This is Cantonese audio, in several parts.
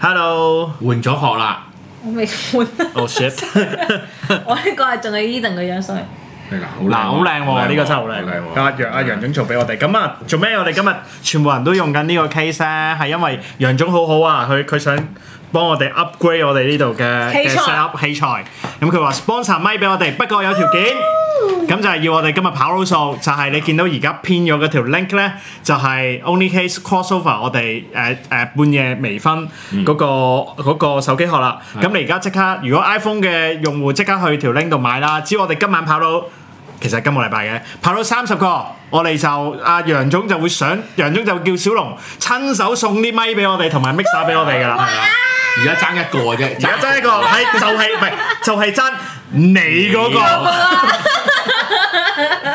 Hello，換咗殼啦，我未換，哦 shit，我呢個係仲係 Eden 個樣衰。係啦，好 嗱好靚喎，呢個真係好靚。阿楊阿楊總做俾我哋，咁啊做咩？我哋今日全部人都用緊呢個 case 咧，係因為楊總好好啊，佢佢想幫我哋 upgrade 我哋呢度嘅嘅器材 set up 器材。咁佢話 sponsor 咪俾我哋，不過有條件，咁就係要我哋今日跑佬數，就係你見到而家編咗嗰條 link 咧，就係 Only Case Crossover 我哋誒誒半夜微醺嗰個嗰個手機殼啦。咁你而家即刻，如果 iPhone 嘅用戶即刻去條 link 度買啦，只要我哋今晚跑到。其實係今個禮拜嘅，拍到三十個，我哋就阿楊總就會想，楊總就叫小龍親手送啲咪俾我哋，同埋 mixer 俾我哋㗎啦，係啦。而家爭一個啫，而而家爭一個 係就係唔係就係爭你 嗰個。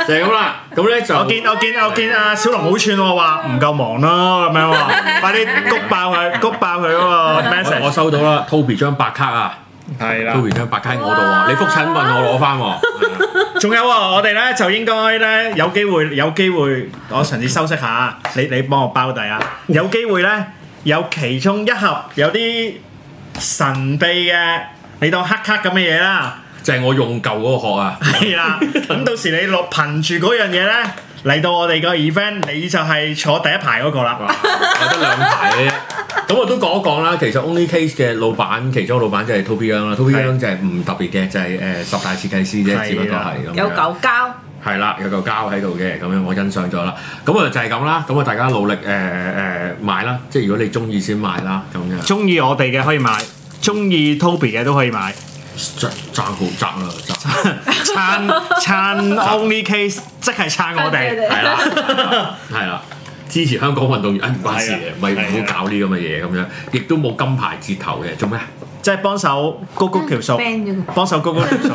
就係咁啦。咁咧就我見我見我見阿小龍好串喎，話唔夠忙咯咁樣 喎，快啲谷爆佢，谷爆佢嗰 個我 message。收到啦，Toby 張白卡啊係啦。 ，Toby 張白卡喺我度喎，你覆診問我攞翻喎，仲有啊，我哋咧就應該咧有機會有機會，我嘗試修飾下，你你幫我包底啊！有機會咧，有其中一盒有啲神秘嘅，你當黑卡咁嘅嘢啦，就係我用舊嗰個殼啊。係 啦。咁到時你落憑住嗰樣嘢咧嚟到我哋個 event，你就係坐第一排嗰個啦。哇我得兩排嘅啫。咁我都講一講啦，其實 Only Case 嘅老闆，其中一個老闆就係 Toby Young 啦。Toby 係 Young 就係唔特別嘅，就係、誒、十大設計師係啦啊啫，只不過係咁樣有狗膠，係啦，有嚿膠喺度嘅，咁樣我欣賞咗啦。咁啊就係咁啦，咁啊大家努力誒誒、買啦，即係如果你中意先買啦，咁樣中意我哋嘅可以買，中意 Toby 嘅都可以買。 爭爭好爭啦，爭撐撐 Only Case 即係撐我哋。係啦，係啦。支持香港運動員，誒哎唔關事嘅，咪係啊唔好搞呢咁嘅嘢咁樣，亦都冇金牌折頭嘅，做咩？即係幫手高高條數 ban 咗佢，幫手高高條數，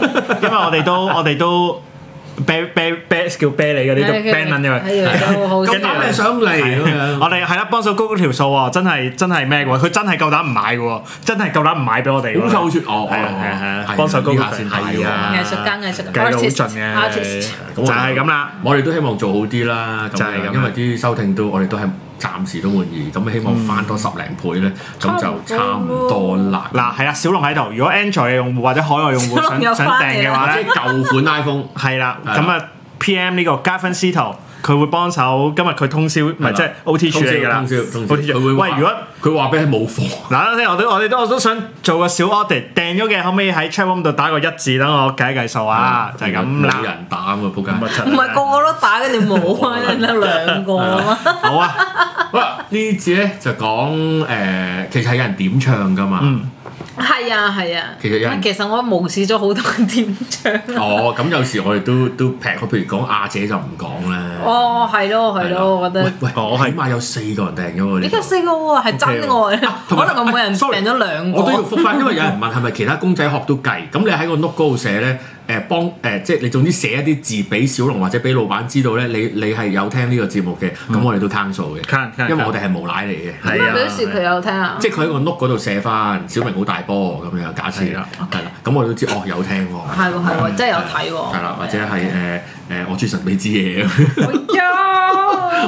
因為我哋都我哋都啤啤啤叫啤你嗰啲都 ban 撚咗佢。係都好咁膽你想嚟咁 樣？我哋係啊啦，幫手高高條數喎，真係真係咩嘅喎？佢真係夠膽唔買嘅喎，真係夠膽唔買俾我哋喎。好手説哦，係啊係啊係啊，幫手高高條數係係啊啊，藝術家藝術計到家好 artist，盡嘅 artist，就係咁啦。我哋都希望做好啲啦，咁就係咁樣啦因為啲收聽都我哋都係暫時都滿意，咁希望翻多十零倍咧，咁就差唔多啦。嗱係啦，小龍喺度，如果 Android 嘅用戶或者海外用戶小龍想又想返嚟訂嘅啦話啊即咧係，舊款 iPhone，係啦，係啦咁啊 PM 呢個加分司徒，佢會幫手。今日佢通宵，唔係即係 OT 處理㗎啦通宵通宵， ，OT 處理佢會話喂，如果佢話俾你冇貨，嗱，聽我都我哋都我都想做個小 audit，訂咗嘅可唔可以喺 chat room 度打個一字，等我計一計數啊？就係咁冇啦，人打啊仆咁啊街。出唔係個個都打，跟 住冇啊，得兩個啊。好 啊，喂，呢節咧就講誒，其實係有人點唱㗎嘛。嗯係啊係啊，其實有人其實我無視咗好多點 唱。哦，咁有時我哋都都劈，譬如講亞姐就唔講啦。哦，係咯係咯，我覺得喂喂，哦我我係起碼有四個人訂咗喎。呢呢個個四個喎係真 愛，啊 可能我每人病咗兩我都要個。覆翻，因為有人問係咪其他公仔殼都計，咁你喺個 note 嗰度寫咧，誒、幫誒、即係你總之寫一啲字俾小龍或者俾老闆知道咧，你你係有聽呢個節目嘅，咁、我哋都 cancel 坑嘅，坑因為我哋係無賴嚟嘅，嗯係咩啊表示佢有聽啊？即係佢喺個 note 嗰度寫翻小明好大波咁樣，假設係係啦啦，咁我哋都知哦有聽喎，係喎係喎，真係有睇喎。係啦，或者係誒誒我中意神秘之夜咁樣， 哎呀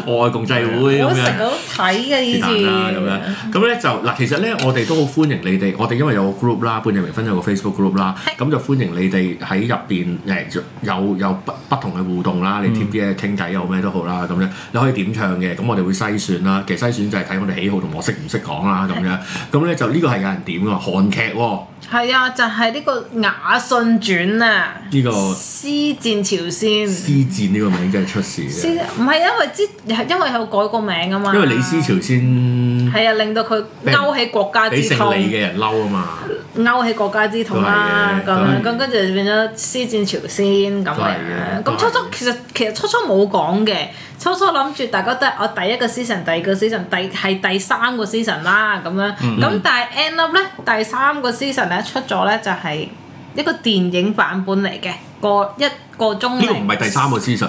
我愛共濟會咁我樣成日。都睇嘅以是但前啦咁樣，咁咧就嗱，其實咧我哋都好歡迎你哋，我哋因為有個 group 啦，半夜微醺有個 Facebook group 啦，咁就歡迎你哋喺入邊誒有有不不同嘅互動啦，你貼啲嘢傾偈又咩都好啦，咁樣你可以點唱嘅，咁我哋會篩選啦，其實篩選就係睇我哋喜好同我識唔識講啦咁樣，咁咧就呢個係有人點㗎，韓劇喎，係啊，就係呢個《雅信傳》啊，呢個屍戰朝鮮，屍戰呢個名真係出事屍嘅，唔係因為之係因為佢改過名啊嘛，因為李思朝先係啊，令到佢俾勾起國家俾之姓痛，李嘅人嬲啊嘛，勾起國家之痛啦，都咁係嘅樣都係咁跟住就變咗屍戰朝鮮咁都係嘅樣。都咁初係初嘅其實其實初初冇講嘅，初初諗住大家都係我第一個 season、第二個 season、第係第三個 season 啦咁樣。嗯咁但係 end up 咧，第三個 season 咧出咗咧就係一個電影版本嚟嘅，個一個鐘呢個唔零係第三個思想，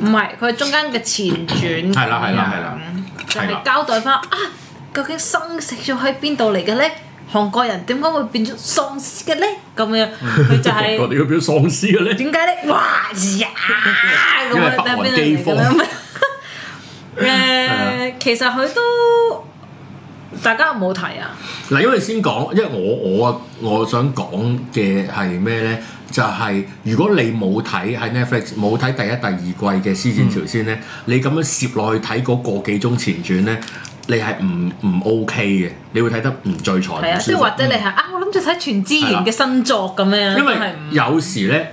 唔係佢中間嘅前傳。係啦係啦係啦，就係啦係交代翻啊，究竟生死咗喺邊度嚟嘅咧？韓國人點解會變咗喪屍嘅咧？咁樣嗯佢就係、 我哋要表喪屍嘅咧。點解咧？哇呀咁因為樣北但係韓 邊度嚟饑啊嘅荒咧？誒，其實佢都大家有冇睇啊？嗱，因為先講，因為我我我想講嘅係咩咧？就係、如果你冇睇喺 Netflix 冇睇第一、第二季嘅《屍戰朝鮮》咧，你咁樣攝落去睇嗰個幾鐘前傳咧，你係唔唔 OK 嘅，你會睇得唔聚財。係啊，唔舒即係服或者你係啊，我諗住睇全智賢嘅新作咁樣，因為都係唔有時咧，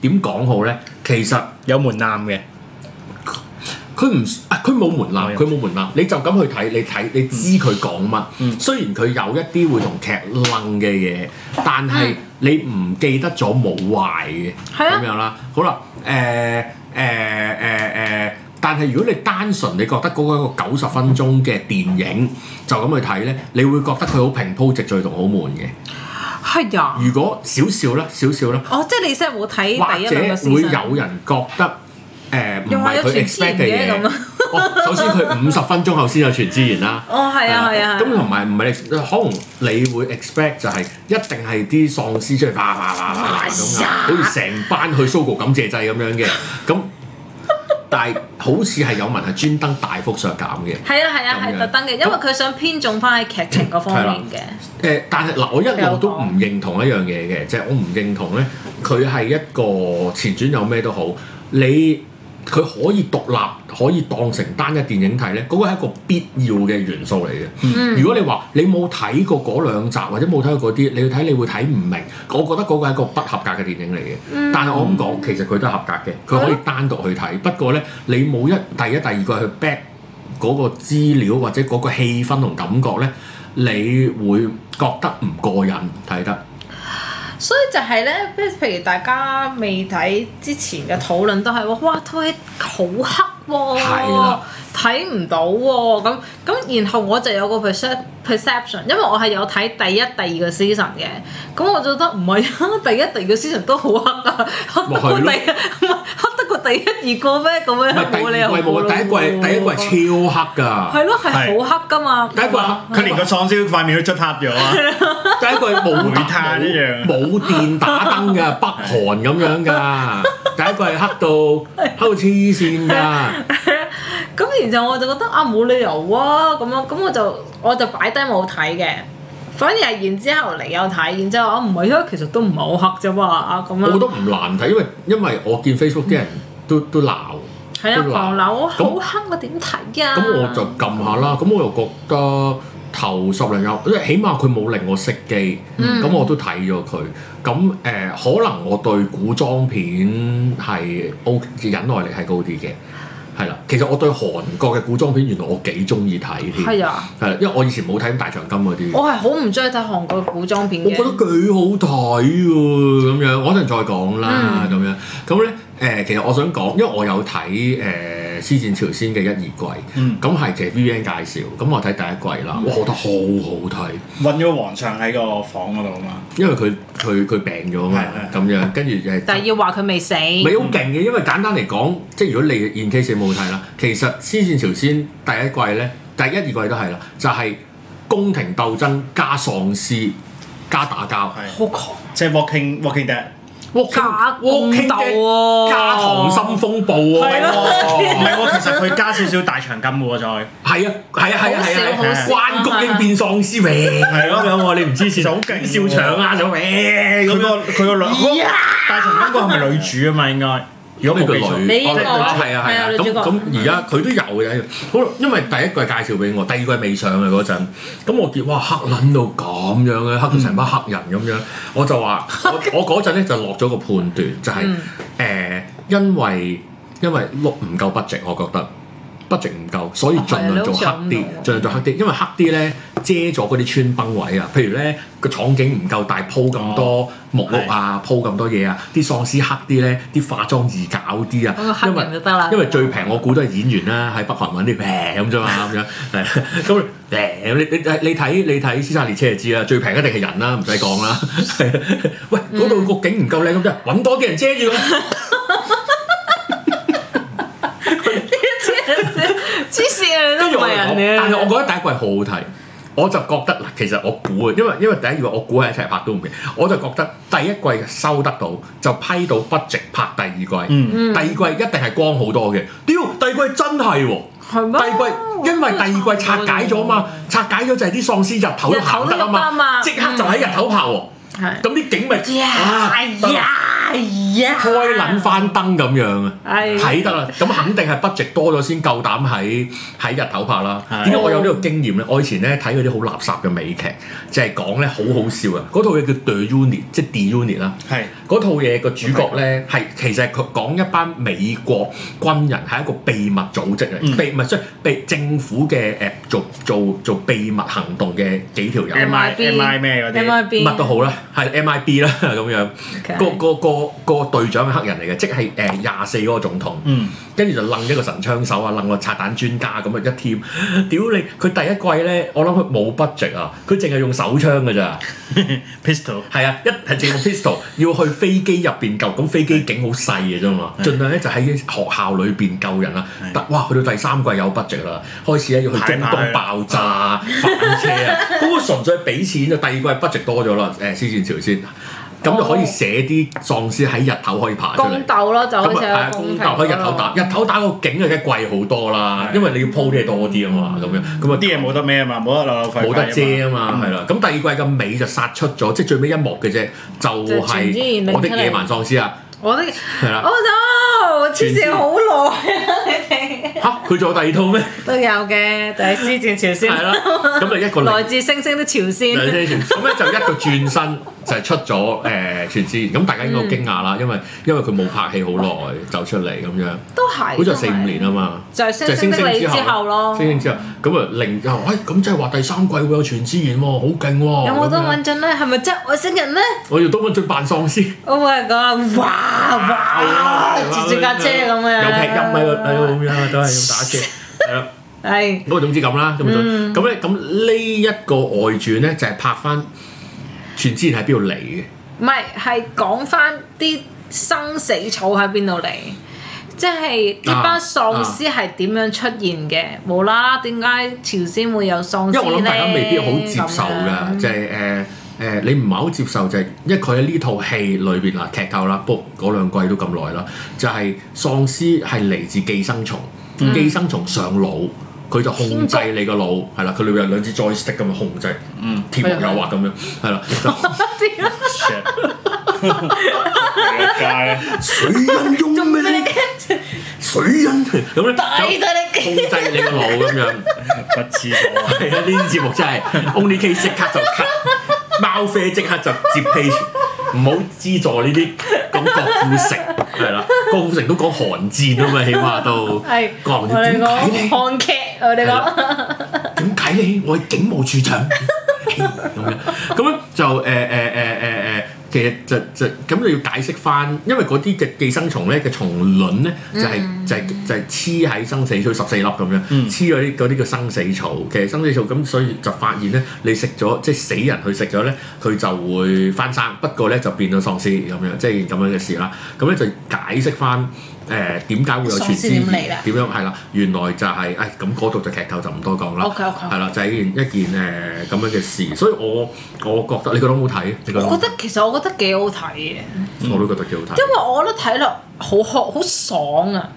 誒點講好咧？其實有門檻嘅，佢唔啊佢冇門我檻，有佢冇門檻，你就咁去睇，你睇你知佢講乜。雖然佢有一啲會同劇楞嘅嘢，但係你唔記得咗冇壞嘅係啊咁樣啦。好啦，誒誒誒誒，但係如果你單純你覺得嗰個一個九十分鐘嘅電影就咁去睇咧，你會覺得佢好平鋪直敍同好悶嘅。係啊。如果少少啦，少少啦。哦，即係你真係冇睇或第一者兩會個 season 有人覺得誒唔又話係有佢全資 expect 嘅源嘅嘢咁啊。哦，首先 佢五十分鐘後先有全資源啦。哦，係啊，係啊，咁同埋唔係你可能你會 expect 就係一定係啲喪屍出嚟啪啪啪啪啪咁樣，好似成班去 Sogo 感謝祭咁樣嘅。咁但係好似係有文係專登大幅削減嘅。係啊，係啊，咁樣係特登嘅，因為佢想偏重翻喺劇情嗰方面嘅，誒、但係嗱，我一路都唔認同一樣嘢嘅，即係我唔認同咧，佢係一個前傳有咩都好，你佢可以獨立，可以當成單一電影睇咧，嗰、個係一個必要嘅元素嚟嘅。如果你話你冇睇過嗰兩集或者冇睇過嗰啲，你要睇你會睇唔明，我覺得嗰個係一個不合格嘅電影嚟嘅。但係我咁講，其實佢都係合格嘅，佢可以單獨去睇。不過咧，你冇一第一、第二個去 back 嗰個資料或者嗰個氣氛同感覺咧，你會覺得唔過癮睇 得。所以就係咧，譬如大家未睇之前嘅討論都係話，哇，套戲好黑喎、係啦睇唔到喎、咁咁然後我就有個 percep perception，因為我係有睇第一、第二個 season 嘅，咁我就覺得唔係啊，第一、第二個 season 都好黑啊，黑得過咪係第咯唔係 黑得過第一、二個咩？咁唔係樣第冇理二由季冇，冇第一季第一咯喎季係超黑㗎，係咯，係好黑噶嘛。第一季黑佢連個喪屍塊面都捽黑咗啊！第一季冇煤炭一樣冇電打燈㗎，北韓咁樣 㗎。第一季係黑到黑到黐線㗎。咁然之後我就覺得啊冇理由啊咁樣，咁我就我就擺低冇睇嘅。反而係然之後嚟有睇，然之後啊唔係啊，其實都唔係好黑啫嘛啊咁我覺樣得，唔難睇，因為因為我見 Facebook 啲人都都鬧，係啊都狂鬧。流，我好咁黑我點睇啊？咁我就撳下啦，咁我又覺得頭十零有，因為起碼佢冇令我熄機，咁我都睇咗佢。咁誒、呃可能我對古裝片係 O 忍耐力係高啲嘅，係啦。其實我對韓國嘅古裝片原來我幾中意睇添，係係啊，啦，因為我以前冇睇大長今嗰啲。我係好唔中意睇韓國古裝片我覺得嘅。幾好睇喎，咁樣我一陣再講啦，嗯咁、樣咁咧誒，其實我想講，因為我有睇誒《屍戰朝鮮》嘅一二季，咁係、其實 V N 介紹，咁我睇第一季啦，我覺得好好睇，揾咗皇上喺個房嗰度啊嘛，因為佢佢佢病咗啊嘛，咁樣跟住誒。但係要話佢未死，唔係好勁嘅，因為簡單嚟講，即係如果你 in case 你冇睇啦，其實《屍戰朝鮮》第一季咧，第一二季都係啦，就係、宮廷鬥爭加喪屍加打交。係好狂。即係 Walking Walking Dead。加 Walking 宮鬥啊 Dead，喎加溏心風暴喎，係係咯，唔係喎，其實佢加少少大長今嘅喎，再啊，係啊，係啊，好少係啊好少係啊，關谷英變喪屍喂，係咯咁樣喎，你唔知啊其實好勁笑場啊，就喂佢咁個樣，佢個女嗰個大長今個係咪女主啊嘛？應該如果呢冇個記女，錯，你哦呢個係啊係係啊啊，女主咁角咁而家佢都有嘅，好，因為第一季介紹俾我，第二季未上嘅嗰陣，咁我見哇黑撚到咁樣嘅，黑到成班黑人咁樣，我就話 我我嗰陣咧就落咗個判斷，就係嗯誒因為因為碌唔夠 budget，我覺得。budget 唔夠，所以盡量做黑啲哦係啊，盡量做黑啲，因為黑啲咧遮咗嗰啲穿崩位啊。譬如咧個廠景唔夠大，鋪咁哦多木屋啊，鋪咁多嘢啊，啲喪屍黑啲咧，啲化妝易搞啲啊咁啊。黑因為人就得啦因為最平我估都係演員啦，喺北韓揾啲平咁啫嘛， 咁樣係啊咁平你你你睇你睇《屍殺列車》就知啦，最平一定係人啦，唔使講 啦。係啊喂，嗰嗯度個景唔夠靚咁啫，揾多啲人遮住佢。黐線啊！跟你住都唔我係嚟講人但係我覺得嚟第一季好好睇，我就覺得嗱，其實我估啊，因為因為第一季我估係一齊拍都唔嘅，我就覺得第一季收得到就批嗯到 budget 拍第二季，第二季一定係光好多嘅。屌，第二季真係喎，係咩？第二季因為第二季拆解咗嘛，拆解咗就係啲喪屍日頭都行得啊日頭都入得嘛，啊即刻就喺日頭炮喎。係啊咁啲警咪啊呀呀呀！開撚翻燈咁樣啊，係睇得啦，咁肯定係 budget 多咗先夠膽喺喺日頭拍啦。係點解我有呢個經驗咧？我以前咧睇嗰啲好垃圾嘅美劇，就係講咧好好笑啊！嗰套嘢叫 The Unit，即係 The Unit 啦。係嗰套嘢個主角咧係其實係佢講一班美國軍人係一個秘密組織嚟，秘密即係秘政府嘅誒做做做秘密行動嘅幾條友。 MI MI 咩嗰啲 MIB 乜都好啦，係 MIB 啦咁樣 OK。個個個個隊長係黑人嚟嘅，即係誒廿四嗰個總統。嗯，跟住就掹一個神槍手啊，掹個拆彈專家咁啊一 team。屌你！佢第一季咧，我諗佢冇 budget 啊，佢淨係用手槍㗎咋。 pistol 係啊，一係淨用 pistol，要 去飛機入邊救，咁飛機警好細嘅啫嘛，盡量咧就喺學校裏邊救人啦。但哇，去到第三季有 budget 啦，開始咧要去中排東排爆炸啊、 反車啊，嗰個純粹俾錢就第二季 budget 多咗啦，誒《屍戰朝鮮》，咁就可以寫啲喪屍喺日頭可以爬出嚟宮。鬥咯，就好似咁啊，有係公鬥喺個宮鬥日頭打，日頭打個景啊，梗係貴好多啦，係因為你要鋪啲嘢多啲啊嘛，咁樣咁啊啲嘢冇得咩啊嘛，嗯冇得流流費冇得遮啊嘛，係啦。咁第二季嘅尾就殺出咗，即係最尾一幕嘅啫，就就全知係然我的拎出嚟哦野蠻喪屍啊！我都係啦我就黐線好耐啊！你哋吓，佢仲有第二套 咩？都有嘅，就係《屍戰朝鮮係》啦，咁啊一 個來嚟。自星星的朝兩鮮。隻全咁咧就一個轉身就係出咗誒全知，咁大家應嗯該好驚訝啦，因為因為佢冇拍戲好耐就出嚟咁樣，都係，好似係四五年啊嘛，就係就係星星的你之後咯星星之後咁啊零又喂咁即係話第三季會有全資源喎，好勁喎，有冇咁得樣穩陣咧？係咪真外星人咧我要多揾最扮喪屍。 ？Oh my god！哇哇，截啊住架車咁樣，有劈音喺個喺度咁樣，都係 咁打車。係啦，係不過總之咁啦，咁嗯就咁咧，咁呢一個外傳咧就係拍翻全之前喺邊度嚟嘅，唔係係講翻啲生死草喺邊度嚟？即係呢啊班喪屍係點樣出現嘅？無啦啦，點解朝鮮會有喪屍因為我諗大家未必好接受㗎。㗎，就係誒誒，你唔係好接受就係，因為佢喺呢套戲裏邊嗱劇透啦，不過嗰兩季都咁耐啦，就係喪屍係嚟自寄生蟲，嗯寄生蟲上腦。佢就控制你個腦，係啦，佢裏邊有兩支 joystick 咁樣控制，嗯，鐵幕誘惑咁樣，係啦，就 街水印用 咩咧？水印咁咧，抵得你控制你個腦咁樣。不知所謂。係啊，呢啲節目真係 Only K 即刻就 cut，貓啡即刻就接 page，唔好資助呢啲咁郭富城係啦，郭富城都講寒戰啊嘛，起碼都係郭我富城哋點解你講？韓劇，我哋係講啦點解你？我係警務處 長嘿咁樣，咁樣就誒誒誒誒誒。呃其實就就咁就要解釋翻，因為嗰啲嘅寄生蟲咧嘅蟲卵咧就係、嗯就係、就係黐喺生死草十四粒咁樣，黐嗰啲嗰啲叫生死草嘅生死草，咁所以就發現咧，你食咗即係死人去食咗咧，佢就會翻生，不過咧就變咗喪屍咁樣，即係咁樣嘅事啦。咁咧就解釋翻誒點解會有全喪屍屍點炎嚟啦點樣係啦，原來就係、誒咁嗰度就劇透就唔多講啦。 OK，OK 係啦，就係一件一件誒咁樣嘅事，所以我我覺得你覺得好唔好睇？你覺得好唔我好覺得其實我覺得幾好睇嘅，因睇我都覺得幾好睇。為我覺得睇落好學好爽啊！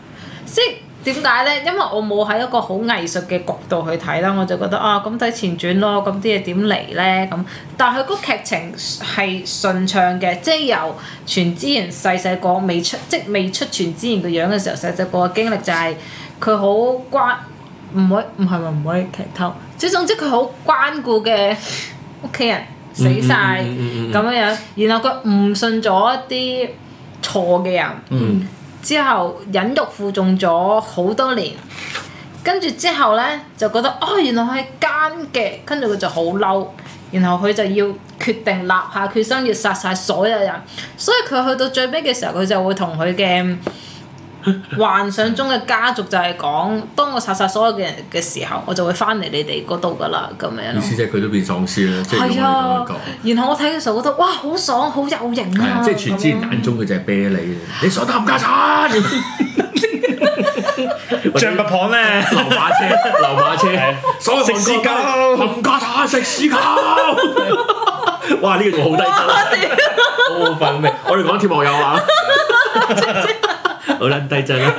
即係點解咧？因為我冇喺一個好藝術嘅角度去睇啦，我就覺得啊，咁睇前傳咯，咁啲嘢點嚟咧？咁但係佢個劇情係順暢嘅，即係由全智賢細細個未出，即係未出全智賢嘅樣嘅時候，細細個嘅經歷就係佢好關唔可以唔係話唔可以劇透，即係總之佢好關顧嘅屋企人死晒嗯嗯嗯嗯嗯咁樣樣，然後佢誤信咗一啲錯嘅人。嗯，之後忍辱負重咗好多年，跟住之後呢，就覺得哦原來係奸嘅，跟住佢就好嬲，然後佢就要決定立下決心要殺晒所有人，所以佢去到最尾嘅時候，佢就會同佢嘅幻想中嘅家族就係講，當我殺晒所有嘅人嘅時候，我就會翻嚟你哋嗰度噶啦咁樣嗯意咯。思即係佢都變喪屍啦，即係用係我哋啊咁樣講。，然後我睇嘅時候覺得哇好爽，好有型係 啊！啊，即係全之咁樣眼中佢就係啤你，嗯你想得冚家產，象拔蚌咧，流馬 車，流馬係車，所有韓國食屎狗都係冚家產，食 屎狗。哇！呢個仲好低質，好好瞓 咩？我哋講貼幕友啊，好撚低質啦。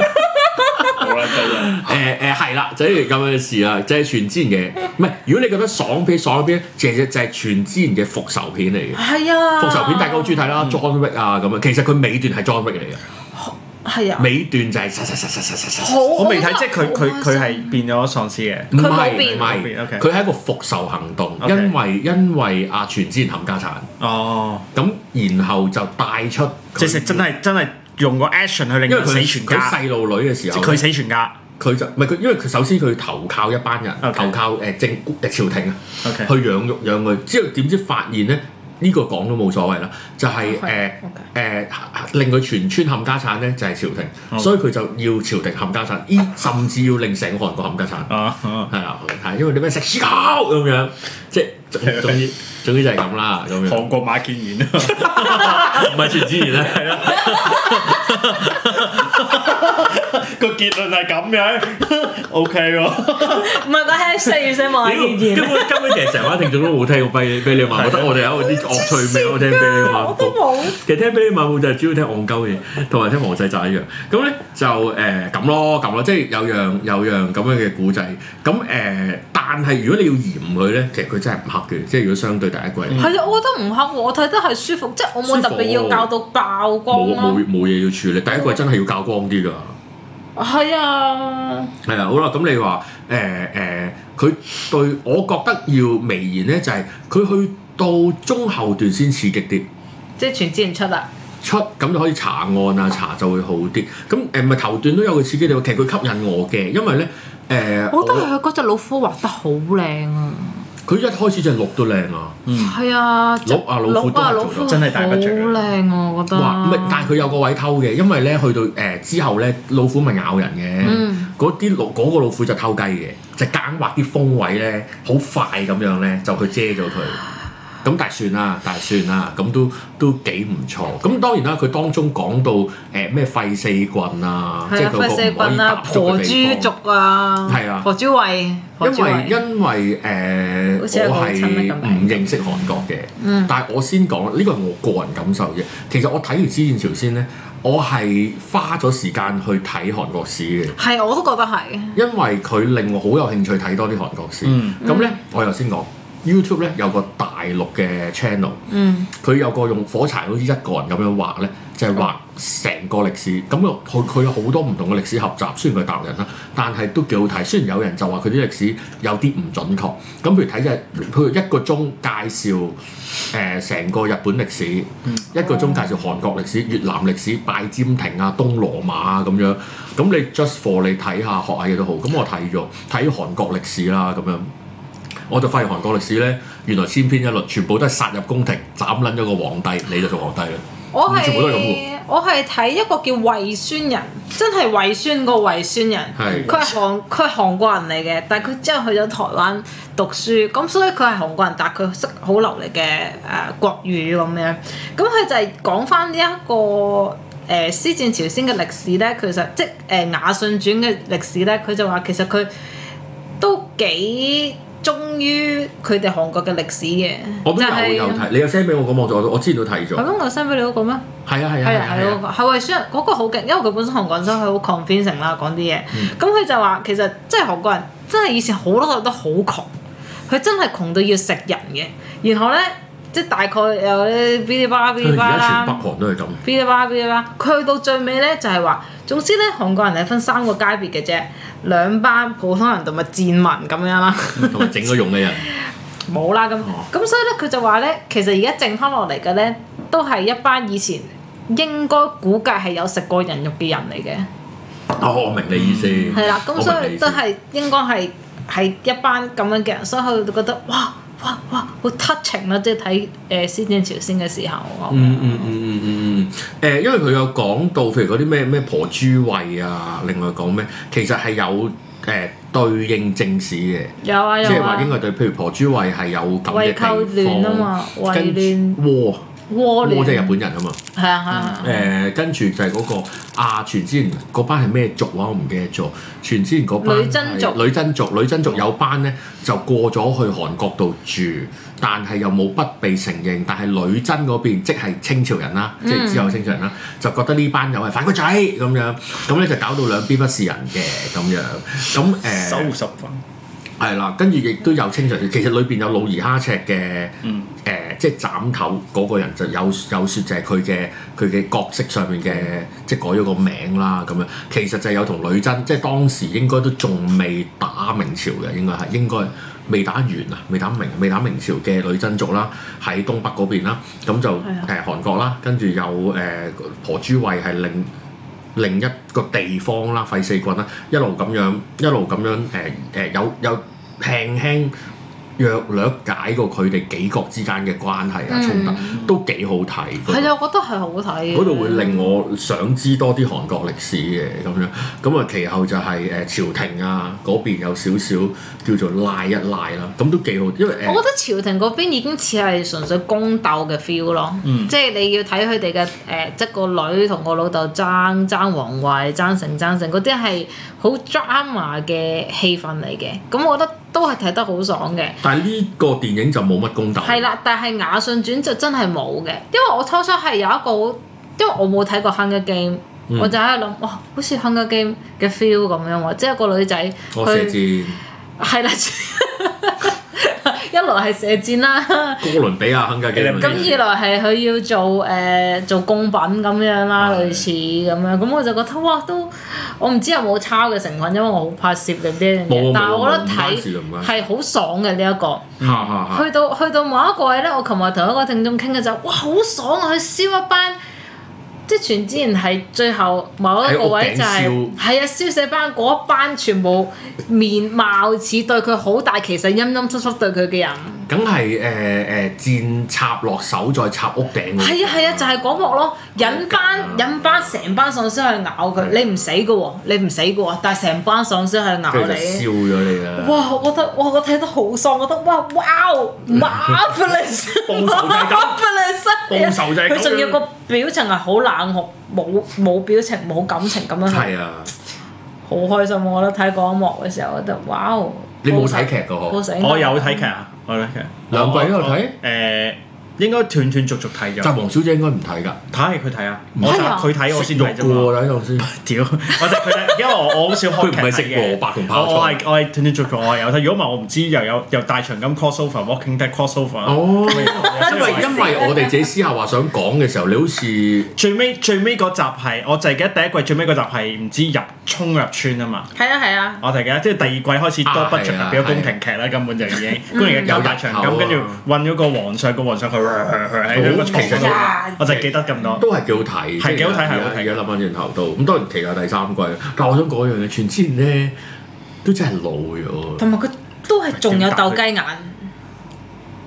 好撚嘅誒誒係啦，就係咁樣嘅事啦，就係全之前嘅，唔係如果你覺得爽片爽片，其實就係全之前嘅復仇片嚟嘅， 係啊，復仇片大家好中意睇啦，John Wick 啊咁樣，其實佢尾段係 John Wick 嚟啊嘅，係啊，尾段就係殺殺殺殺殺殺殺殺好，我未睇，覺即得係佢佢好開啊佢心係變咗喪屍嘅。唔佢冇係變唔冇變，OK 係，佢係一個復仇行動， OK 因為因為阿全之前冚家產，哦，咁然後就帶出佢即係真係真係用個 action 去令因為佢死佢全佢家，細路女嘅時即候係，佢死全家。佢就唔係佢，因為佢首先佢投靠一班人 OK 投靠誒政誒朝廷啊 OK 去養育養佢。之後點知發現咧，呢、個講都冇所謂啦，就係誒 OK 誒令佢全村冚家產咧就係朝廷，所以佢就要朝廷冚家產，依甚至要令成個韓國冚家產。哦哦係啊，係因為你咩食屎狗咁樣，即係總總之總之就係咁啦，咁樣韓國馬建 元啊，唔係全自然咧。個結論係咁樣，OK 喎。唔係個 h 四月先望下意見根。本根本其實成班聽眾都冇聽過俾俾你話，我覺得我哋有啲樂趣味，我聽俾你話。我都冇。 其實聽俾你買冇就係主要聽戇鳩嘢，同埋聽黃世澤一樣。咁咧就誒咁咯，咁咯，即係有樣有樣咁樣嘅古仔。咁誒，但係如果你要嫌佢咧，其實佢真係唔黑嘅。即係如果相對第一季，係啊，我覺得唔黑喎，我睇得係舒服，即係我冇特別要教到爆光冇咯。冇冇嘢要處理。第一季真係要較光啲㗎。係啊，係啦，好啦，咁你話誒誒，佢、對我覺得要微言咧，就係、佢去到中後段先刺激啲。即係全之前出啦。出咁就可以查案啊，查就會好啲。咁誒咪頭段都有個刺激你，其實佢吸引我嘅，因為咧誒，呃我覺得啊我佢嗰只老虎畫得好靚啊。佢一開始就鹿都靚啊，係啊，即鹿啊老虎都啊係老做虎真係大不著好靚啊，我覺得。哇！咪但係佢有個位偷嘅，因為咧去到誒、之後咧，老虎咪咬人嗯嘅，嗰啲、老嗰、個老虎就偷雞嘅，就夾硬畫啲風位咧，好快咁樣咧就去遮咗佢。咁但係算啦，但係算啦，咁都都幾唔錯。咁當然啦，佢當中講到誒咩廢四棍啊，即係係啊，佢個唔費可四以棍啊，踏足婆嘅地豬方。族啊，係啊婆豬胃，婆因豬為胃。因為誒、呃好似有個我好親密係咁唔認識韓國嘅，嗯但係我先講呢個係我個人感受啫。其實我睇完《之前朝鮮》咧，我係花咗時間去睇韓國史嘅，係，我都覺得係。因為佢令我好有興趣睇多啲韓國史。嗯咁咧、我頭先講 YouTube 咧有個大陸嘅 channel，嗯，佢有個用火柴好似一個人咁樣畫咧，就係、畫成個歷史。咁又佢佢有好多唔同嘅歷史合集，雖然佢係大陸人啦，但係都幾好睇。雖然有人就話佢啲歷史有啲唔準確。咁譬如睇就係譬如一個鐘介紹誒成、個日本歷史，一個鐘介紹韓國歷史、越南歷史、拜占庭啊、東羅馬啊咁樣。咁你 just for 你睇下學下嘢都好。咁我睇咗睇韓國歷史啦咁樣。我就發現韓國歷史咧，原來千篇一律，全部都係殺入宮廷，斬撚咗個皇帝，你就做皇帝啦。我嗯全部都係咁係喎我係睇一個叫惠宣人，真係惠宣個惠宣人，係佢係韓佢係韓國人嚟嘅，但係佢之後去咗台灣讀書，咁所以佢係韓國人，但係佢識好流利嘅誒、呃、國語咁樣，咁佢就係講翻呢一個。誒施戰朝鮮嘅歷史咧，其實即係誒雅信傳嘅歷史咧，佢就話其實佢都幾忠於佢哋韓國嘅歷史嘅，我都就有係有睇，你有 send 俾我個網站，我我之前都睇咗。係係啊咁我 send 俾你嗰個咩？係啊係係啊啊係係嗰啊。個，係喂，雖然嗰個好勁，因為佢本身韓國人，所以佢好 convincing 啦講啲嘢。嗯咁佢就話其實即係韓國人真係以前好多個都好窮，佢真係窮到要食人嘅。然後咧，即係大概有啲 b i l i b a b i 啊而 l i b a 家全啦北韓都係咁。 b i l i b a b i l i b a 佢去到最尾咧就係話，總之咧韓國人係分三個階別嘅啫，兩班普通人同埋賤民咁樣啦。同埋整咗容嘅 人，冇啦咁，哦咁所以咧佢就話咧，其實而家剩翻落嚟嘅咧，都係一班以前應該估計係有食過人肉嘅人嚟嘅，哦，我明你意思。係啦，咁所我明你以意思都係應該係係一班咁樣嘅人，所以佢就覺得哇哇哇好 touching 啦，即係睇誒《先戰朝鮮》嘅時候，嗯嗯嗯嗯嗯嗯，誒，因為佢有講到，譬如嗰啲咩咩婆豬位啊，另外講咩，其實係有誒對應正史嘅，有啊即有係話啊應，該對，譬如婆豬位係有咁嘅為扣亂啊地嘛方，為亂跟住哇窩窩即係日亂，本人啊嘛。哦係啊係啊，誒，跟住就係嗰個阿全之前嗰班係咩族啊？我唔記得咗。全之前嗰班女真族係女真族，女真族有班咧就過咗去韓國度住，但係又冇不被承認。但係女真嗰邊即係清朝人嗯啦，即係之後清朝人啦，就覺得呢班友係反骨仔咁樣，咁咧就搞到兩邊不是人嘅咁樣。咁誒。收十分，係啦，跟住亦都有清場嘅，其實裏邊有老而哈赤嘅，誒、即係斬頭嗰個人就有有説就係佢嘅佢嘅角色上面嘅，即係改咗個名啦咁樣。其實就係有同女真，即係當時應該都仲未打明朝嘅，應該係應該未打完啊，未打明未打明朝嘅女真族啦，喺東北嗰邊啦，咁就誒啊韓國啦，跟住有誒、婆珠衛係另。另一個地方啦，費四郡啦，一路咁樣，一路咁樣，誒、誒、有有輕輕弱略解過佢哋幾國之間嘅關係啊，衝突、都幾好睇。嗰度係啊，我覺得係好睇嘅嗯嗰度會令我想知多啲韓國歷史嘅咁樣，咁啊其後就係、誒、朝廷啊嗰邊有少少叫做賴一賴啦，咁都幾好，因為誒、我覺得朝廷嗰邊已經似係純粹宮鬥嘅 feel 咯，嗯即係你要睇佢哋嘅誒，即係個女同個老豆爭爭皇位、爭成爭成嗰啲係好 drama 嘅氣氛嚟嘅，咁我覺得都係睇得好爽嘅。但係呢個電影就冇乜公鬥，係啦，但係雅信傳就真係冇嘅，因為我初初係有一個好，因為我冇睇過《Hunger Game、我嗯就喺度諗，哇，好似《Hunger Game》嘅 feel 咁樣喎，即係個女仔我射去箭，係啦， 一來係射箭啦。哥倫比亞亨加基里咁二來係佢要做誒、呃做貢品咁樣啦，係類似咁樣，咁我就覺得哇都，我唔知有冇抄嘅成分，因為我好怕攝影呢樣冇冇嘢，但係我覺得冇冇啊唔關事睇唔關事係好爽嘅呢一個。哈哈哈去到去到某一個位咧，我琴日同一個聽眾傾嘅就哇好爽啊！佢燒一班，即係全之前係最後某一個位就係、喺屋頂燒係啊燒死班嗰一班全部面貌似對佢好，但係其實陰陰濕濕對佢嘅人。梗係誒誒箭插落手再插屋頂嗰啲，係啊係啊，就係嗰幕咯，引班嗯引班成班喪屍去咬佢，你唔死嘅喎，你唔死嘅喎，但係成班喪屍去咬跟住就你。燒咗你啊啦。啊哇！我覺得哇，我睇得好爽，我覺得哇哇 marvelous 嗯 報仇就係咁 marvelous 報仇就係咁樣佢仲要個表情係好冷酷，冇冇表情冇感情咁樣，係啊，好開心。我覺得睇嗰一幕嘅時候，我覺得哇！你冇睇劇㗎嗬好醒我有睇劇啊，我有睇劇，兩季都有睇我我誒，應該斷斷續續睇就咗，哦黃小姐應該唔睇㗎，睇係佢睇啊，係我就啊佢睇我先肉睇㗎啫嘛。喎喺度先。 屌，我就佢睇，因為我我好少開劇佢唔係睇食嘅。蘿蔔同泡菜我我係我係斷斷續續我係有睇，如果唔係我唔知又有又大長今 crossover、Walking Dead crossover。哦，因因為因為我哋自己私下話想講嘅時候，你好似最尾最尾嗰集係我就係記得第一季最尾嗰集係唔知入衝入村啊嘛。係啊係啊，哦我哋嘅，即係第二季開始多不著啊係入啊變咗宮廷劇啦，根本就已經宮廷劇搞大長有咁，入跟住口啊韞咗個皇上，個皇上佢喺個床其實嗰都度，我就記得咁多。都係幾好睇，係幾好睇即而家係好睇而家諗翻轉頭都咁，當然期待第三季。但我想講一樣嘢，全之前咧都真係老咗。同埋佢都係仲有鬥雞眼，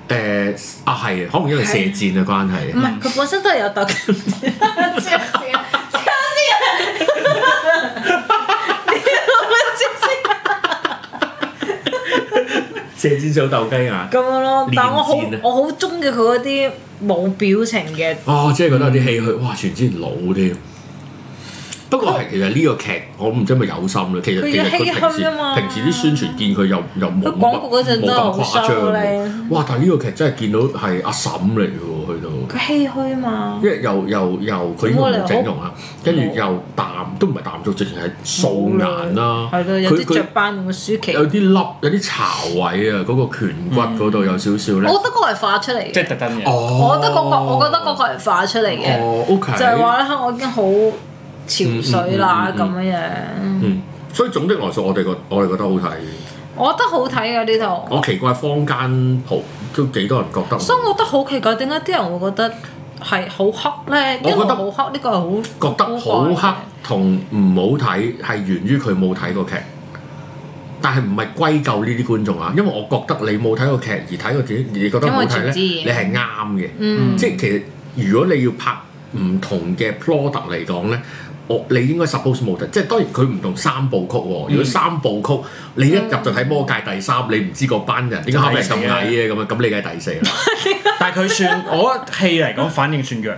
誒啊係，可能因為射箭嘅關係唔。係佢本身都係有鬥雞眼。笑死啊笑死啊射箭手鬥雞啊眼。咁樣咯，但我好連戰啊我好中意佢嗰啲冇表情嘅，哦，即係覺得有啲唏噓，哇！全之前老添。不過係其實呢個劇，我唔知係咪有心啦。其實佢其實佢要唏平時噓啊嘛平時啲宣傳見佢又又冇佢廣告嗰乜陣冇都係咁好誇張收喎咧。哇！但係呢個劇真係見到係阿嬸嚟嘅喎，去到。佢唏噓嘛因。為又又又佢應該冇整容啦，啊跟住又淡都唔係淡妝，直情係素顏啦。係咯，有佢啲雀佢斑咁嘅舒淇，有啲粒有啲巢位啊，嗰個顴骨嗰度有少少嗯我咧。覺得嗰個係化出嚟即嘅係。特登嘅，哦，我覺得嗰個，我覺得嗰個係化出嚟嘅，哦，OK，就係嗯話咧，我已經好潮水啦咁樣樣。嗯，所以總的來說，我哋覺我哋覺得好睇。我覺得好睇嘅呢套，我奇怪坊間蒲都幾多人覺得，所以我覺得好奇怪，點解啲人會覺得係好黑咧？我因覺為得好黑呢個係好覺得好黑同唔好睇係源於佢冇睇過劇，但係唔係歸咎呢啲觀眾啊，因為我覺得你冇睇過劇而睇過電影，而你覺得唔好睇因為全咧，知你係啱嘅。嗯即係其實如果你要拍唔同嘅 product 嚟講咧，我你應該 suppose 冇得，即係當然佢唔同三部曲嗯喎。如果三部曲你一入就睇魔界第三，你唔知嗰班人點解係咁矮嘅咁樣，咁你梗係第四啦。但係佢算，我覺得戲嚟講反應算弱。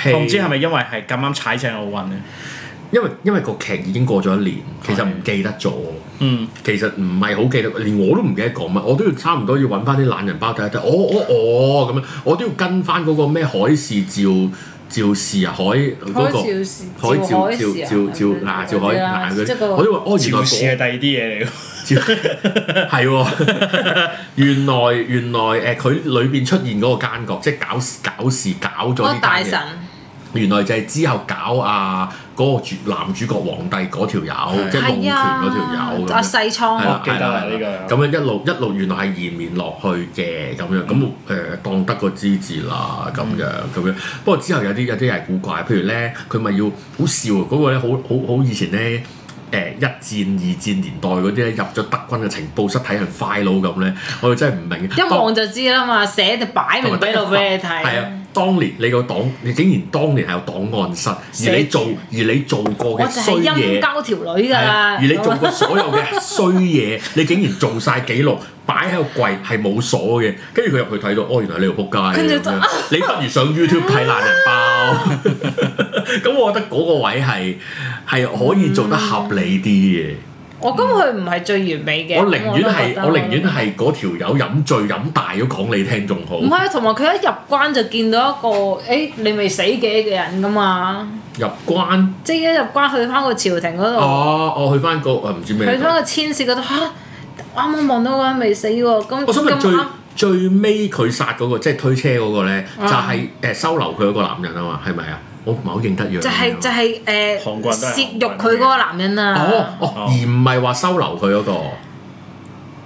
我唔知係咪因為係咁啱踩正奧運咧？啊因為因為個劇已經過咗一年，其實唔記得咗。嗯，其實唔係好記得，連我都唔記得講乜，我都要差唔多要揾翻啲懶人包睇一睇。我我我咁樣，我都要跟翻嗰個咩海事照照事啊，海嗰個海啊照事海照照海照事啊照照嗱照係咪海嗰啲啦嗱嗰即係啲，個我都話哦原來朝市係嗰第二啲嘢嚟㗎。照係喎， 原來原來誒佢裏邊出現嗰個奸角，即係搞事搞事搞咗嗰啲哦大奸神嘢。原來就係之後搞啊嗰個主男主角皇帝嗰條友，即係弄係權啊嗰條友咁，啊樣。細係倉啦我記得啦係呢咁樣一路一路原來係延綿落去嘅咁樣，咁誒當得個之字啦咁嗯樣咁樣。不過之後有啲有啲係古怪，譬如咧佢咪要好笑啊嗰個咧，好好好以前咧。誒一戰二戰年代嗰啲咧入咗德軍嘅情報室睇人 file 咁咧，我哋真係唔明。一望就知啦嘛，寫就擺明俾路俾你睇。係啊，當年你個檔，你竟然當年係有檔案室，而你做而你做過我嘅就衰係陰嘢。交條女㗎係啊啦。啊而你做過所有嘅衰嘢，你竟然做晒記錄，擺喺個櫃係冇鎖嘅，跟住佢入去睇到，哦，原來你條仆街跟住嘅就啊咁樣，你不如上 YouTube 睇懶人包。 咁我覺得嗰個位係係可以做得合理啲我咁佢唔係最完美嘅，嗯嘅。我寧願都覺係得我寧願係嗰條友飲醉飲大咗講你聽仲好唔，係啊，同埋佢一入關就見到一個誒、你未死嘅嘅人㗎嘛，入關即係一入關去翻個朝廷嗰度，哦，我去翻個啊唔知咩去，翻個千使嗰度嚇，啱啱望到個人未死喎，咁我想問咁最啱。最尾佢殺嗰個即係推車嗰個咧，就啊係誒收留佢嗰個男人啊嘛，係咪啊？我唔係好認得樣。就係、就係、誒，韓國人都係褻辱佢嗰個男人啊！哦哦，而唔係話收留佢嗰個，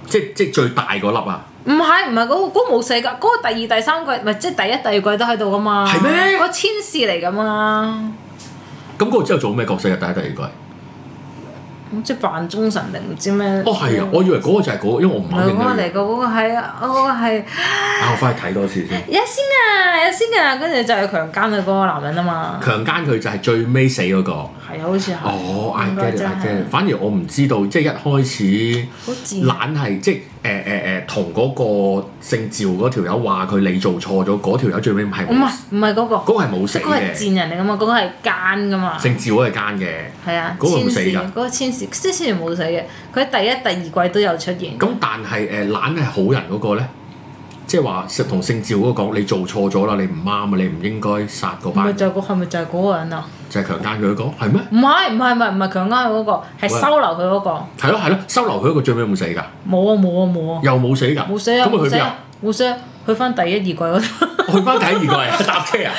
即即最大嗰粒啊！唔係唔係嗰個嗰個冇死㗎，嗰、個第二第三季唔係即係第一第二季都喺度噶嘛。係咩個千事嚟㗎嘛，咁嗰個之後做咩角色啊？第一、第二季。咁即係扮忠臣定唔知咩？哦，係啊，我以為嗰個就係嗰個，因為我唔係嗯唔好係嗰認個得嚟樣。㗎，嗰個係嗰個係啊，我翻去睇多次先。有先啊有先啊，跟住就係強姦佢嗰個男人啊嘛。強姦佢就係最尾死嗰個。係啊，好似係。哦，I 應該 get it，I 真係 get it。反而我唔知道，即係一開始。好自然。懶係即係誒誒誒，同嗰個姓趙嗰條友話佢你做錯咗，嗰條友最尾係唔冇係唔係嗰個，嗰個係冇死即係嗰個係嘅，賤人嚟㗎嘛，嗰個係奸㗎嘛。姓趙嗰個係奸嘅。係啊，嗰個冇死㗎千事嗰個千事即係千事冇死嘅，佢喺第一、第二季都有出現。咁但係誒懶係好人嗰個咧，即係話同姓趙嗰個講你做錯咗啦，你唔啱啊，你唔應該殺嗰咪班，就係嗰係咪就係嗰個人啊？就係強姦佢嗰個係咩？唔係唔係唔係唔係強姦佢嗰個，係收留佢嗰個。係咯係咯，收留佢嗰個最尾有冇死㗎，冇啊冇啊冇啊，又冇死㗎，冇死啊咁佢冇去死邊啊啊？冇死啊，去翻第一二季 嗰度，去翻第二個係 搭車 啊？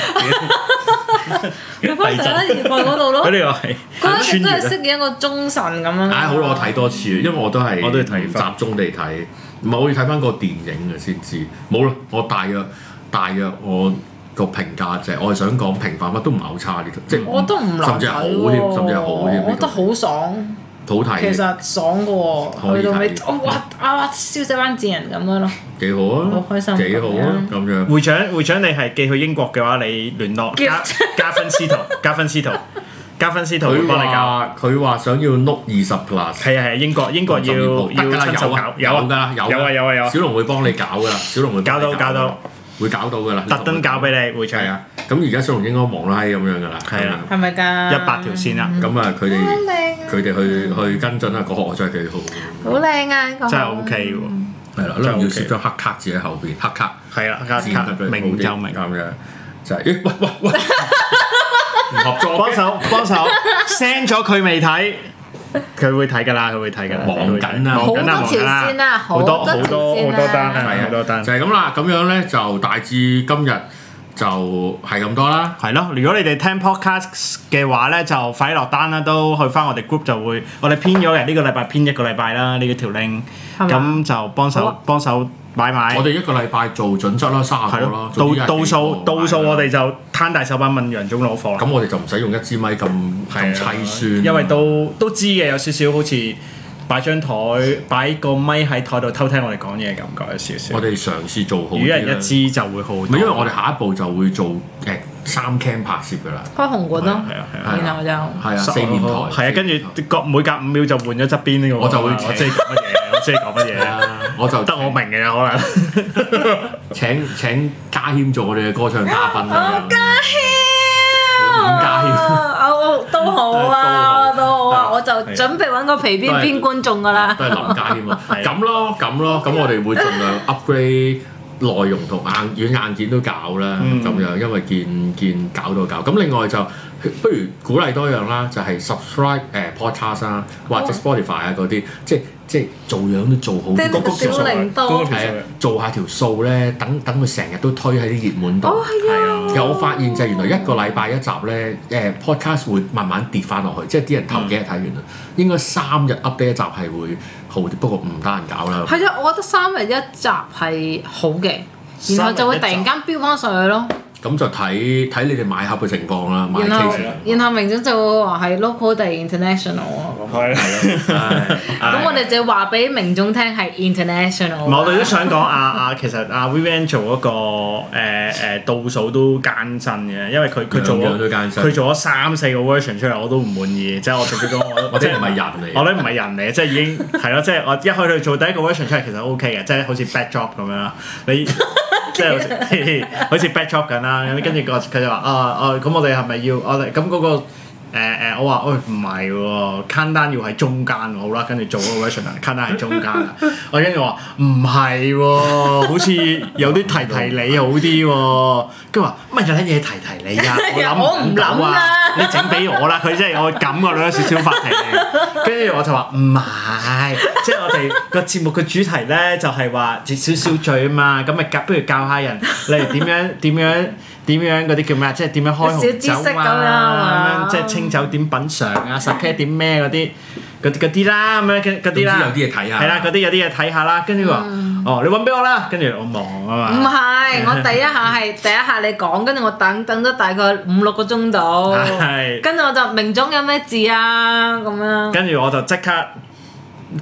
去翻第一二季嗰度咯佢。呢個係佢一直穿都越係啊飾演一個忠臣咁樣。唉，好啦，我睇多次，因為我都係我都要睇唔返集中地睇，唔係我要睇翻個電影嘅先知。冇啦，我大約大約我個評價就係我係想講平凡乜都唔係好差呢套，即係我都唔難甚至睇係好喎，添，甚至係好添，我覺得好爽，好其睇嘅，實爽嘅喎，可以去到尾睇哇啊燒死班賤人咁樣咯，幾好啊，好開心幾好啊，咁樣。會長會長，你係寄去英國嘅話，你聯絡加加分司 徒，加分司徒，加分司徒會佢幫你搞。話佢話想要 Note 二十 Plus。係啊係啊，英國英國要十二部要得㗎啦親手有搞啊，，有㗎啦，啊有啊有啊有啊小，龍會幫你搞㗎啦，小龍會幫你搞到搞㗎啦到，會搞到㗎啦，特登搞俾你會長，係一啊，咁而家小龍應該忙啦係咁樣㗎啦，係啊係咪㗎？百條線嗯啦，咁啊，佢哋好靚啊佢哋去去跟進啦，個殼真係幾好。好靚啊！呢個真係 OK 喎。係啦，真係要 OK 攝張黑卡字喺後邊，黑卡係啦，字得佢明就明。咁樣，就係咦喂喂 喂，唔合作幫嘅，手幫手 send 咗佢未睇，佢會睇㗎啦，佢會睇㗎啦，忙緊啊忙緊啊，好多忙緊條線啊好多好多好多條線好啊多單啊，好係多啊，單就。係咁啦。咁樣咧就大致今日就係咁多啦。係咯，如果你哋聽 podcast 嘅話咧，就快啲落單啦，都去翻我哋 group 就會，我哋編咗嘅呢個禮拜編一個禮拜啦，呢個條 link，係嘛咁就幫啊好手啊幫手買買我，哋一個禮拜做準則啦，三十係個啦咯，，總之一到日到幾數個到數，買啦我哋就攤大手板問楊總攞貨啦。咁我哋就唔使用一支咪咁咁悽酸，啊因為都都知嘅，有少少好似擺張台擺個咪喺台度偷聽我哋講嘢嘅感覺有少少我。哋嘗試做好如果啲啦。人一知就會好唔係多。因為我哋下一步就會做誒三 cam 拍攝㗎啦，開紅館咯，係啊係啊係啊然後就係啊，四面台，係啊，跟住各每隔五秒就換咗側邊呢個。我就會我知你講 乜嘢，我知你講乜嘢係啊，啊，我 就得我明嘅啫可能。請請家謙做我哋嘅歌唱嘉賓 哦啊，家伍家謙謙啊，我都好啊，都都好好啊，我就係啊準備揾個皮邊都係邊觀眾㗎啦都。係林家謙啊， 係咁咯咁咯，咁我哋會盡 量 upgrade 內容同硬軟硬件都搞啦，嗯咁樣因為見見搞到搞，咁另外就不如鼓勵多樣啦，就係 subscribe 誒 podcast 啊，或者哦 Spotify 啊嗰啲，即即係做樣都做好叮啲叮。條數小鈴鐺嗰個條係數啊，做下條數咧，等等佢成日都推喺啲熱門度。哦係啊啊有發現就係原來一個禮拜一集咧，誒、podcast 會慢慢跌翻落去，即係啲人頭幾日睇完啦，嗯應該三日 update 一集係會好啲，不過唔得閒搞啦。係啊，我覺得三日一集係好嘅，然後就會突然間飆翻上去咯。咁就睇睇你哋買盒嘅情況啦，買然後 case 啊啦。然後明總就會話係 local 定 international 啊咁。係唉咁我哋就話俾明總聽係 international 唔係，啊。我哋都想講啊啊，其實阿 Vivian 做嗰個誒誒倒數都艱辛嘅，因為佢佢做樣樣都艱咗辛佢做咗三四個 version 出嚟，我都唔滿意，即係我直接講 我我哋唔係人我嚟，咧唔係人嚟嘅，即係已經係咯，即係我一開始做第一個 version 出嚟，其實 O K 嘅，即係好似 bad job 咁樣啦。 你即係好似 好似 bad job 緊啦，咁跟住個佢就話啊啊，咁我哋係咪要我哋咁嗰個誒誒我話喂唔係喎，countdown 要喺中間喎好啦，跟住做嗰個 version 啊，countdown 喺中間啊，我跟住話唔係喎，好似有啲提提你好啲喎，跟住話乜有啲嘢提提你啊，係啊我諗 我唔唔到諗啊啦。你整俾我啦，佢真係我感覺到有少少發脾氣，跟住我就話唔係，即係我哋個節目嘅主題咧就係話節少少罪啊嘛，咁咪教不如教下人，例如點樣 點樣點樣嗰啲叫咩啊，即係點樣開小知識紅酒咁樣啊，啊咁樣即係清酒點品嚐啊，十 K 點咩嗰啲。嗰啲嗰啲啦，咁樣嗰嗰啲啦，總之有啲嘢睇下係啦，嗰啲有啲嘢睇下啦，跟住佢話，嗯哦，你揾俾我啦，跟住我忙啊唔嘛， 係，我第一下係第一下你講，跟住我等等咗大概五六個鐘度係，跟住我就明總有咩字啊咁樣。跟住我就即刻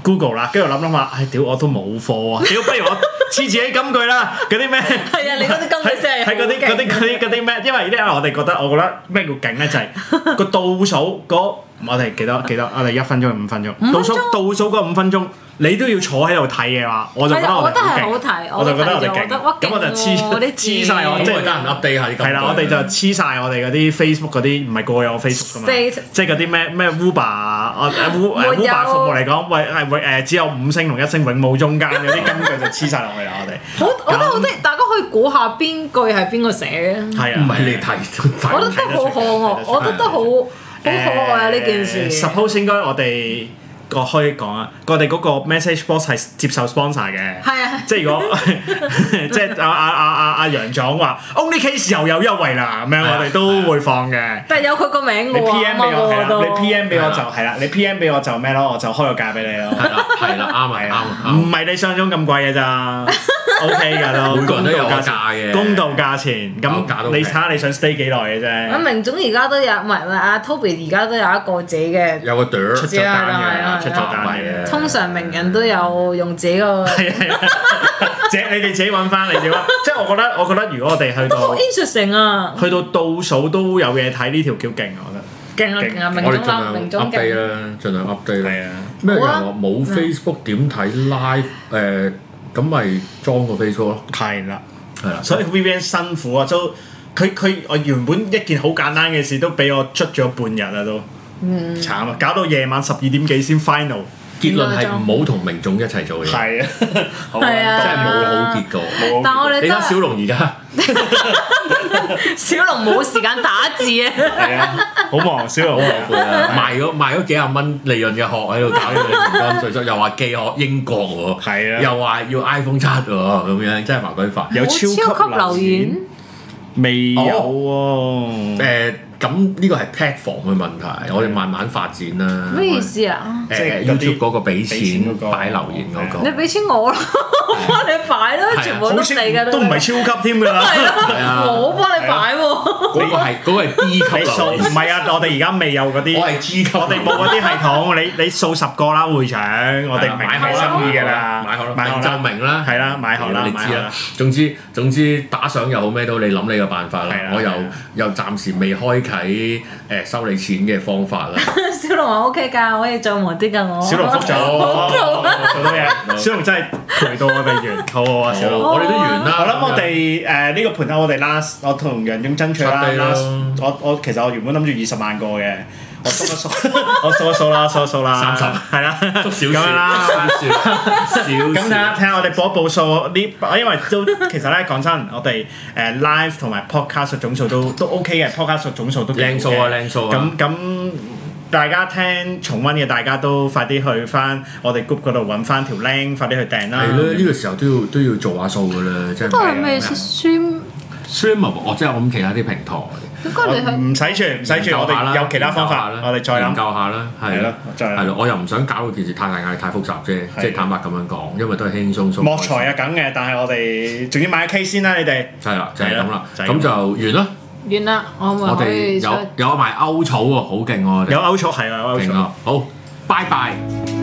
Google 啦，跟住諗諗下，唉屌我都冇貨啊！ 屌不如我黐自己金句啦，嗰啲咩？係啊，你嗰啲根本先係喺嗰啲嗰啲嗰啲嗰啲咩？因為因為我哋覺得，我覺得咩叫勁咧，就係個倒數嗰我哋幾多幾多？我哋一分鐘五分鐘，倒數倒數嗰五分鐘，你都要坐喺度睇嘅話，我就覺得係啊我哋我覺得係勁好睇我就覺得我哋我都睇咗勁，我覺咁得我哇就勁喎黐啲黐字晒我，咁即我哋係得閒 update 下啲咁。係啦，我哋就黐晒我哋嗰啲 Facebook 嗰啲，唔係個個有 Facebook 噶嘛 State，即係嗰啲咩咩 Uber 啊 誒 U- 誒沒有 Uber 服務嚟講，喂係喂誒只有五星同一星，永冇中間嗰啲根據就黐晒落去啦，我好，我覺得好啲，大家可以估下邊句係邊個寫嘅哋。係啊，唔係你睇我睇覺得都好可愛，我覺得好好可愛啊！呢件事。誒 Suppose 應該我哋個可以講啊，我哋嗰個 message box 係接受 sponsor 嘅。係啊即係如 果即係阿阿阿阿阿楊總話 only case 又有優惠啦，咁樣我哋都會放嘅。但係有佢個名你嘅喎， P.M. 俾我係啱啱啊啦，喎你 P.M. 俾我就係啦係啦，你 P.M. 俾我就咩咯，我就開個價俾你咯，係啦係啦，啱啊啊係啱啊啊，啱啊唔係你想像咁貴嘅 咋，OK 㗎都，每個人都有公道個錢價嘅公道價錢，有價咁都你平睇下你想 stay 幾耐嘅阿啫，明總而家都有，唔係唔係阿 Toby 而家都有一個自己嘅，有個朵出咗知啦係單啦嘅，出咗單啊嘅，通常名人都有用自己個。係啊係係，自己你哋自己揾翻你自己揾，即係我覺得我覺得如果我哋去 好到 interesting 啊！去到倒數都有嘢睇，呢條叫勁啊，我覺得。勁啊勁勁啊！明我哋總啦，盡明量總 update 勁。啦，盡量 update 啦。係啊咩人好啊話冇 Facebook 點睇 live？誒，咁咪裝個 Facebook 咯。係啦。係啦，所以 Vivian 辛苦啊，都佢佢我原本一件好簡單嘅事都俾我捽咗半日啦都，嗯、慘啊！搞到夜晚十二點幾先 final，結論係唔好同明總一齊做嘢，係啊，好係真係啊冇好結果。但我哋你都睇小係龍而家小龍冇時間打字啊！係啊，好忙，小龍好好 過啊賣咗賣咗幾廿蚊利潤嘅殼喺度搞呢個年金稅收，又話寄學英國喎，係啊又話要 iPhone 七喎，咁樣真係麻鬼煩。有超冇級超級留留言言，未有喎，誒，咁呢個係 platform 嘅問題，我哋慢慢發展啦。咩意思啊？即係誒嗰啲 YouTube 嗰個俾俾錢嗰錢個擺留言嗰 個你。俾錢我咯，幫你擺係咯，啊全部好都似你嘅都唔係超級添㗎啦。係咯係啊 我幫你擺喎。嗰個係嗰個係 B 級你數流唔量，係啊！我哋而家未有嗰啲，我係 G 級流量。我哋冇嗰啲系統。你你數十個啦，會長，我哋明啊買你心意㗎啦，買學啦，買學明就啦，明啦，係啦，買學啦，你買知學啦啦。。總之總之打賞又好咩都，你諗你嘅辦法啦係啦。我又係啦又暫時未開啟誒收你錢嘅方法 啦。小龍話 OK 㗎，可以再忙啲㗎我。啊小龍覆咗，好 pro 啊做到 嘢。小龍真係陪到我哋完，好好啊，小龍。我哋都完啦。我諗我哋誒呢個盤口我哋 last，我同楊總爭取啦插地啦 last，我我其實我原本諗住二十萬個嘅，我數一數， 我數一數啦，數一數啦，三十係啦，捉小咁樣啦。少少咁睇下睇下我哋報一報數呢，因為都 其實咧講真，我哋誒 live 同埋 podcast 嘅總數都都 OK 嘅，podcast 嘅總數都幾好嘅靚數啊靚數啊咁咁。大家聽重温嘅，大家都快啲去翻我哋 group 嗰度揾翻條 link，快啲去訂啦。係咯，呢個時候都要都要做下數㗎啦，即係都係咩意啊思？Stream streamable，我哦即係我諗其他啲平台。點解你去？唔使住，唔使住，我哋有其他方法，我哋再研諗。究下啦，係係咯再諗係咯，我又唔想搞到件事太大壓力、太複雜啫，即係坦白咁樣講，因為都係輕輕鬆鬆。莫才啊，梗嘅，但係我哋仲要買 K 先啦，你哋。係啦，就係咁啦，係啦就係咁咁就完啦。完啦，我咪我可哋以出。有有埋歐草喎，好勁喎，我哋有歐草係啊，有歐勁草。啊！好，拜拜。